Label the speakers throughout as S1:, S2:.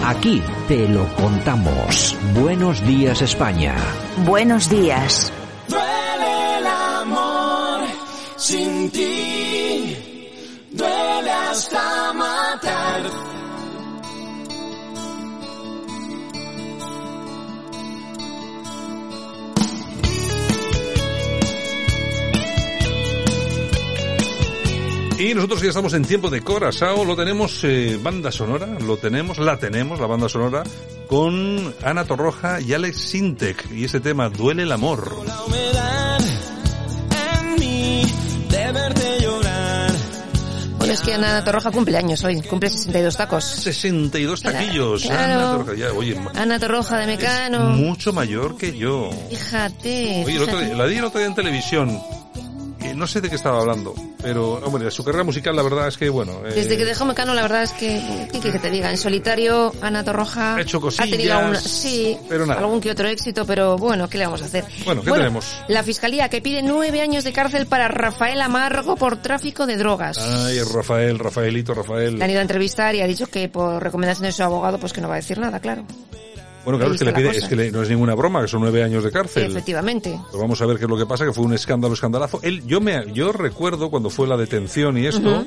S1: Aquí te lo contamos. Buenos días España.
S2: Buenos días.
S3: Duele el amor sin ti. Duele hasta matar.
S4: Y nosotros ya estamos en tiempo de Corazao, lo tenemos eh, banda sonora, lo tenemos, la tenemos, la banda sonora, con Ana Torroja y Alex Sintec. Y ese tema, Duele el amor.
S3: La humedad en mí de verte llorar.
S5: Bueno, es que Ana Torroja cumple años hoy, cumple 62 tacos.
S4: 62 taquillos.
S5: Claro.
S4: Ana Torroja, ya, oye, ma-
S5: Ana Torroja de Mecano.
S4: mucho mayor que yo.
S5: Fíjate.
S4: Oye, el otro día- eh,
S5: fíjate.
S4: la di el otro día en televisión. Eh, no sé de qué estaba hablando, pero, hombre, su carrera musical, la verdad es que, bueno... eh,
S5: Desde que dejó Mecano, la verdad es que, ¿qué quieres que te diga? En solitario, Ana Torroja
S4: Ha hecho cosillas,
S5: ha tenido alguna- sí,
S4: pero nada.
S5: algún que otro éxito, pero bueno, ¿qué le vamos a hacer?
S4: Bueno, ¿qué tenemos?
S5: La fiscalía que pide nueve años de cárcel para Rafael Amargo por tráfico de drogas.
S4: Ay, Rafael, Rafaelito, Rafael.
S5: La han ido a entrevistar y ha dicho que por recomendación de su abogado, pues que no va a decir nada, claro.
S4: Bueno, claro,
S5: ahí
S4: es que,
S5: está
S4: le
S5: la
S4: pide,
S5: cosa.
S4: es que le- no es ninguna broma, que son nueve años de cárcel.
S5: Efectivamente.
S4: Pues vamos a ver qué es lo que pasa, que fue un escándalo, escandalazo. Él, yo me, yo recuerdo cuando fue la detención y esto,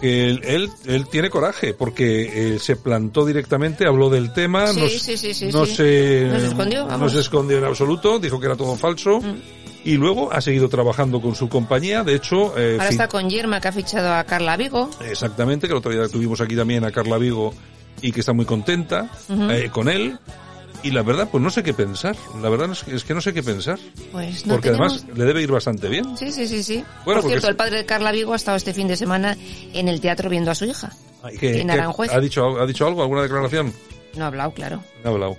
S4: que él, él, él tiene coraje, porque eh, se plantó directamente, habló del tema,
S5: Sí,
S4: no,
S5: sí, sí, sí,
S4: no
S5: sí.
S4: se,
S5: No se escondió,
S4: no
S5: vamos. Mm.
S4: se escondió en absoluto, dijo que era todo falso. Y luego ha seguido trabajando con su compañía, de hecho, eh,
S5: Ahora
S4: fin-
S5: está con Yerma, que ha fichado a Carla Vigo.
S4: Exactamente, que el otro día tuvimos aquí también a Carla Vigo y que está muy contenta eh, con él. Y la verdad, pues no sé qué pensar. La verdad no es que, es que no sé qué pensar.
S5: Pues no
S4: porque
S5: tenemos-
S4: además le debe ir bastante bien.
S5: Sí, sí, sí, sí.
S4: Bueno,
S5: Por
S4: porque
S5: cierto,
S4: es-
S5: el padre de Carla Vigo ha estado este fin de semana en el teatro viendo a su hija.
S4: Y que-
S5: en
S4: que
S5: Aranjuez.
S4: ¿ha, dicho, al- ¿Ha dicho algo? ¿Alguna declaración?
S5: No ha hablado, claro.
S4: No ha hablado.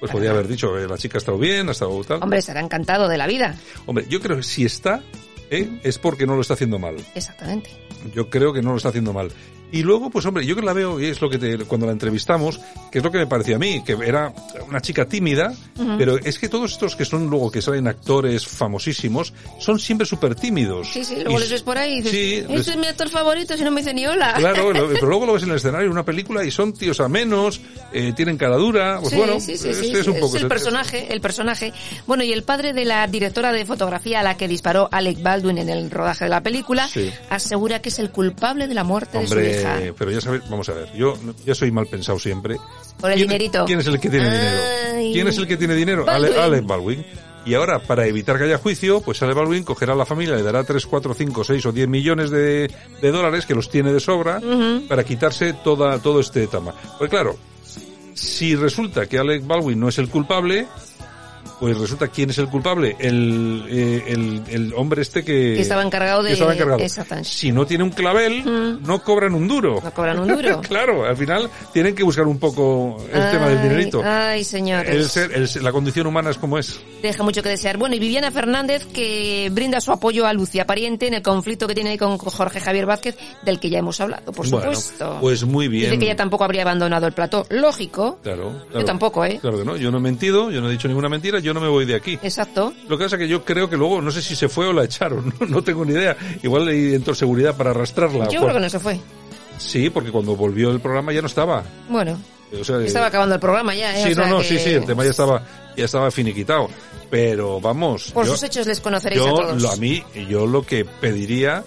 S4: Pues podría haber dicho, eh, la chica ha estado bien, ha estado tal.
S5: Hombre, estará encantado de la vida.
S4: Hombre, yo creo que si está, eh, es porque no lo está haciendo mal.
S5: Exactamente.
S4: Yo creo que no lo está haciendo mal. Y luego, pues hombre, yo que la veo, y es lo que te- cuando la entrevistamos, que es lo que me parecía a mí, que era una chica tímida, pero es que todos estos que son luego que salen actores famosísimos, son siempre súper tímidos.
S5: Sí, sí, luego
S4: Y-
S5: les ves por ahí y dices,
S4: Sí,
S5: este
S4: les-
S5: es mi actor favorito, si no me dice ni hola.
S4: Claro, lo- pero luego lo ves en el escenario, en una película, y son tíos amenos, eh, tienen cara dura, pues
S5: Sí,
S4: bueno,
S5: sí, sí,
S4: este
S5: sí,
S4: es un
S5: sí,
S4: poco...
S5: el
S4: ese-
S5: personaje, el personaje. Bueno, y el padre de la directora de fotografía a la que disparó Alec Baldwin en el rodaje de la película
S4: Sí.
S5: asegura que es el culpable de la muerte de su
S4: Hombre,
S5: hija.
S4: pero ya sabes, vamos a ver, yo, yo soy mal pensado siempre.
S5: Por el
S4: ¿Quién-
S5: dinerito.
S4: ¿Quién es el que tiene dinero?
S5: Ay.
S4: ¿Quién es el que tiene dinero? Ale-
S5: Baldwin.
S4: Alec Baldwin. Y ahora, para evitar que haya juicio, pues Alec Baldwin cogerá a la familia, le dará 3, 4, 5, 6 o 10 millones de, de dólares, que los tiene de sobra, para quitarse toda, todo este tema. Pues claro, si resulta que Alec Baldwin no es el culpable, pues resulta quién es el culpable, el, eh, el, el hombre este que,
S5: Que estaba encargado de-
S4: que estaba encargado.
S5: Exactamente.
S4: Si no tiene un clavel, no cobran un duro.
S5: Mm. No cobran un duro.
S4: Claro, al final tienen que buscar un poco el tema del
S5: Ay,
S4: dinerito.
S5: Ay, señores.
S4: El ser- el ser- la condición humana es como es.
S5: Deja mucho que desear. Bueno, y Viviana Fernández que brinda su apoyo a Lucía Pariente en el conflicto que tiene ahí con Jorge Javier Vázquez, del que ya hemos hablado, por
S4: Bueno,
S5: supuesto.
S4: pues muy bien.
S5: Dice que ella tampoco habría abandonado el plató. Lógico.
S4: Claro, claro.
S5: Yo tampoco, ¿eh?
S4: Claro que no, yo no he mentido, yo no he dicho ninguna mentira, yo no me voy de aquí.
S5: Exacto.
S4: Lo que pasa es que yo creo que luego, no sé si se fue o la echaron, no, no tengo ni idea. Igual le entró seguridad para arrastrarla.
S5: Yo
S4: Cual-
S5: creo que no se fue.
S4: Sí, porque cuando volvió el programa ya no estaba.
S5: Bueno,
S4: O sea,
S5: estaba
S4: eh,
S5: acabando el programa ya, ¿eh?
S4: Sí,
S5: O sea
S4: no, no,
S5: que
S4: sí, sí, el tema ya estaba, ya estaba finiquitado. Pero vamos.
S5: Por
S4: yo-
S5: sus hechos les conoceréis a
S4: yo
S5: todos.
S4: lo, a mí yo lo que pediría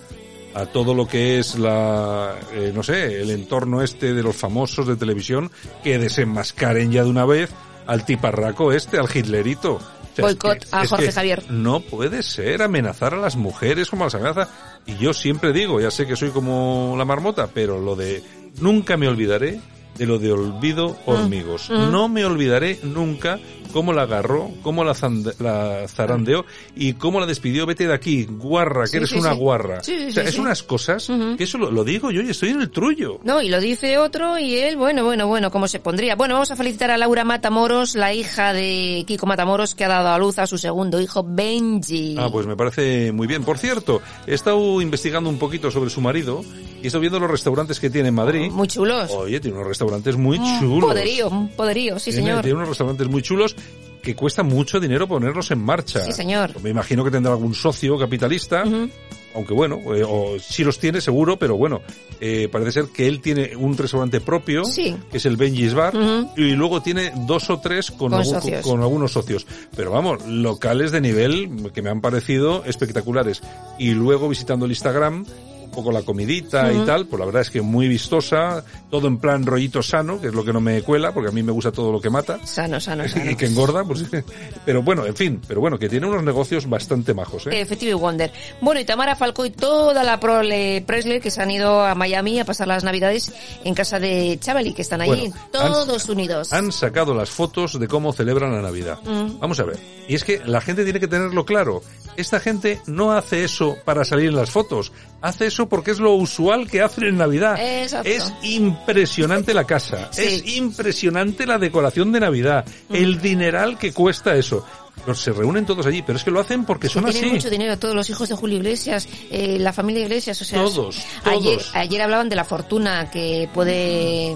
S4: a todo lo que es la eh, no sé el entorno este de los famosos de televisión que desenmascaren ya de una vez al tiparraco este al hitlerito O sea, es
S5: Boicot
S4: que-
S5: a
S4: es
S5: Jorge
S4: que
S5: Javier.
S4: no puede ser amenazar a las mujeres como las amenaza y yo siempre digo ya sé que soy como la marmota pero lo de nunca me olvidaré de lo de olvido
S5: Mm,
S4: hormigos. No me olvidaré nunca cómo la agarró, cómo la, zand- la zarandeó y cómo la despidió. Vete de aquí, guarra, que
S5: Sí,
S4: eres
S5: sí,
S4: una
S5: sí.
S4: guarra.
S5: Sí, sí,
S4: o sea,
S5: sí,
S4: es
S5: sí.
S4: unas cosas
S5: Ujú.
S4: que eso lo, lo digo yo y estoy en el trullo.
S5: No, y lo dice otro y él, bueno, bueno, bueno, ¿cómo se pondría? Bueno, vamos a felicitar a Laura Matamoros, la hija de Kiko Matamoros, que ha dado a luz a su segundo hijo, Benji.
S4: Ah, pues me parece muy bien. Por cierto, he estado investigando un poquito sobre su marido y he estado viendo los restaurantes que tiene en Madrid.
S5: Muy chulos.
S4: Oye, tiene unos restaurantes muy
S5: Un
S4: chulos.
S5: Ah, poderío, un poderío, sí,
S4: tiene,
S5: señor.
S4: tiene unos restaurantes muy chulos que cuesta mucho dinero ponerlos en marcha.
S5: Sí, señor.
S4: Me imagino que tendrá algún socio capitalista,
S5: Ujú.
S4: aunque bueno, eh, o si los tiene seguro, pero bueno, eh, parece ser que él tiene un restaurante propio,
S5: Sí.
S4: que es el Benji's Bar,
S5: Ujú.
S4: y luego tiene dos o tres con,
S5: Con
S4: algún-
S5: socios.
S4: con algunos socios. Pero vamos, locales de nivel que me han parecido espectaculares. Y luego visitando el Instagram, un poco la comidita y tal, pues la verdad es que muy vistosa, todo en plan rollito sano, que es lo que no me cuela, porque a mí me gusta todo lo que mata.
S5: Sano, sano, sano.
S4: Y que engorda, pues, pero bueno, en fin, pero bueno, que tiene unos negocios bastante majos, ¿eh?
S5: Efectivo y Wonder. Bueno, y Tamara Falcó y toda la prole Presley que se han ido a Miami a pasar las navidades en casa de Chabeli, que están allí,
S4: Bueno, han-
S5: todos unidos.
S4: han sacado las fotos de cómo celebran la Navidad. Vamos a ver. Y es que la gente tiene que tenerlo claro. Esta gente no hace eso para salir en las fotos. Hace eso porque es lo usual que hacen en Navidad.
S5: Exacto.
S4: Es impresionante la casa.
S5: Sí.
S4: Es impresionante la decoración de Navidad. El dineral que cuesta eso. Pero se reúnen todos allí, pero es que lo hacen porque son
S5: Tienen
S4: así.
S5: mucho dinero todos los hijos de Julio Iglesias, eh, la familia Iglesias, o sea,
S4: Todos, todos.
S5: ayer ayer hablaban de la fortuna que puede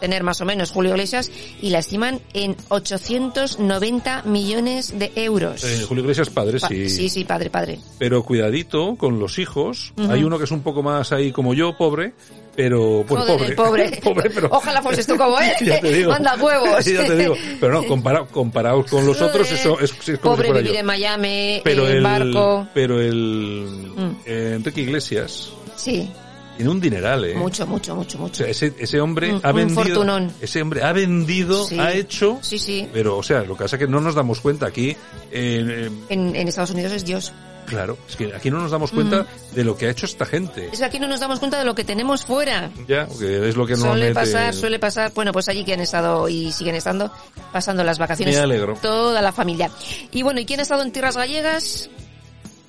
S5: tener más o menos Julio Iglesias y la estiman en 890 millones de euros.
S4: Eh, Julio Iglesias padre,
S5: Pa- sí, sí, padre, padre.
S4: pero cuidadito con los hijos. Hay uno que es un poco más ahí como yo, pobre, pero bueno,
S5: Joder,
S4: pobre.
S5: el pobre.
S4: pero-
S5: Ojalá fueses tú como él.
S4: ya te digo.
S5: Manda huevos.
S4: ya te digo. Pero no, comparado, comparado con los otros, eso es, es como
S5: Eh, Pobre
S4: si fuera
S5: vivir
S4: yo.
S5: en Miami,
S4: Pero
S5: en
S4: el,
S5: barco.
S4: pero el
S5: Mm.
S4: eh, Enrique Iglesias
S5: Sí,
S4: tiene un dineral, ¿eh?
S5: mucho, mucho, mucho,
S4: O
S5: mucho.
S4: sea, ese, ese hombre
S5: Un-
S4: ha
S5: un
S4: vendido,
S5: fortunón.
S4: ese hombre ha vendido,
S5: Sí.
S4: ha hecho,
S5: Sí, sí.
S4: pero o sea, lo que pasa es que no nos damos cuenta aquí, eh, eh,
S5: En, en Estados Unidos es Dios.
S4: claro, es que aquí no nos damos cuenta
S5: Mm.
S4: de lo que ha hecho esta gente.
S5: Es que aquí no nos damos cuenta de lo que tenemos fuera.
S4: Ya, que es lo que
S5: Suele
S4: normalmente...
S5: pasar, suele pasar. Bueno, pues allí que han estado y siguen estando, pasando las vacaciones.
S4: Me alegro.
S5: Toda la familia. Y bueno, ¿y quién ha estado en tierras gallegas?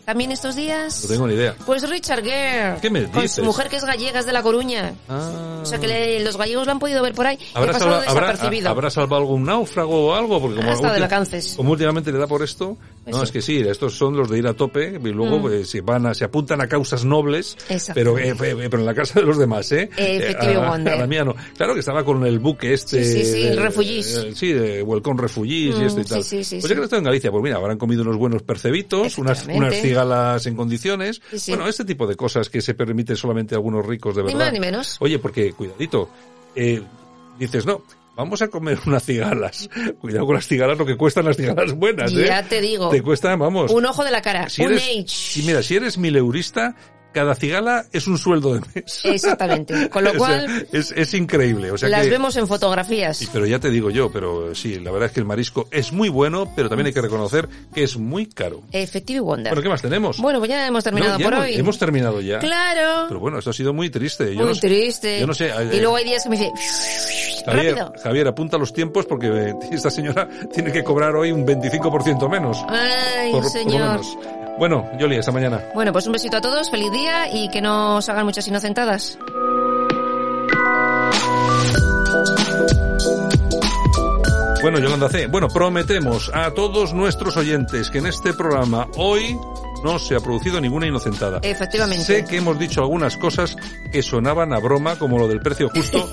S5: ¿También estos días?
S4: No tengo ni idea.
S5: Pues Richard Gere.
S4: ¿Qué me
S5: Con
S4: dices?
S5: su mujer que es gallega, es de La Coruña. O sea que le- los gallegos lo han podido ver por ahí. y ha
S4: ¿Habrá,
S5: pasado
S4: salva- habrá-
S5: desapercibido.
S4: habrá salvado algún náufrago o algo? Porque como,
S5: Ha estado de
S4: últim-
S5: vacances.
S4: como últimamente le da por esto,
S5: Pues
S4: no,
S5: sí.
S4: es que sí, estos son los de ir a tope y luego eh, se van a- se apuntan a causas nobles,
S5: Mm. Exacto.
S4: pero, eh, fe- fe- pero en la casa de los demás, ¿eh?
S5: Eh,
S4: Eh,
S5: efectivo
S4: a,
S5: Wonder.
S4: a la mía no. Claro que estaba con el buque este.
S5: Sí, sí, sí, el
S4: del-
S5: Refugís.
S4: eh, sí, de Welcome Refugís y
S5: Mm,
S4: esto y
S5: sí,
S4: tal.
S5: sí, sí,
S4: pues
S5: sí.
S4: ya que no estoy en Galicia, pues mira, habrán comido unos buenos percebitos, unas,
S5: Efectivamente.
S4: unas cigalas en condiciones.
S5: Sí, sí.
S4: Bueno, este tipo de cosas que se permiten solamente a algunos ricos de
S5: Ni
S4: verdad.
S5: más ni menos.
S4: Oye, porque cuidadito, eh, dices, no, vamos a comer unas cigalas. Cuidado con las cigalas, lo que cuestan las cigalas buenas, ¿eh?
S5: Ya te digo.
S4: Te cuestan, vamos.
S5: Un ojo de la cara.
S4: si
S5: un
S4: eres,
S5: age.
S4: si- mira, si eres mileurista, cada cigala es un sueldo de mes.
S5: Exactamente. Con lo
S4: O sea,
S5: cual,
S4: es, es increíble. O sea
S5: las
S4: que-
S5: vemos en fotografías.
S4: Sí, Pero ya te digo yo, pero sí, la verdad es que el marisco es muy bueno, pero también hay que reconocer que es muy caro.
S5: Efectivo y Wonder.
S4: Bueno, ¿qué más tenemos?
S5: Bueno, pues ya hemos terminado
S4: No, ya
S5: por
S4: hemos,
S5: hoy.
S4: hemos terminado ya.
S5: Claro.
S4: Pero bueno, esto ha sido muy triste. Yo
S5: Muy
S4: no sé-
S5: triste.
S4: Yo no sé.
S5: y
S4: eh,
S5: luego hay días que me dice,
S4: Javier,
S5: rápido.
S4: Javier, apunta los tiempos porque eh, esta señora tiene que cobrar hoy un 25% menos.
S5: Ay,
S4: por, por lo
S5: señor.
S4: menos. Bueno, Yoli, hasta mañana.
S5: Bueno, pues un besito a todos, feliz día y que no os hagan muchas inocentadas.
S4: Bueno, Yolanda C. Bueno, prometemos a todos nuestros oyentes que en este programa hoy no se ha producido ninguna inocentada.
S5: Efectivamente.
S4: Sé que hemos dicho algunas cosas que sonaban a broma, como lo del precio justo.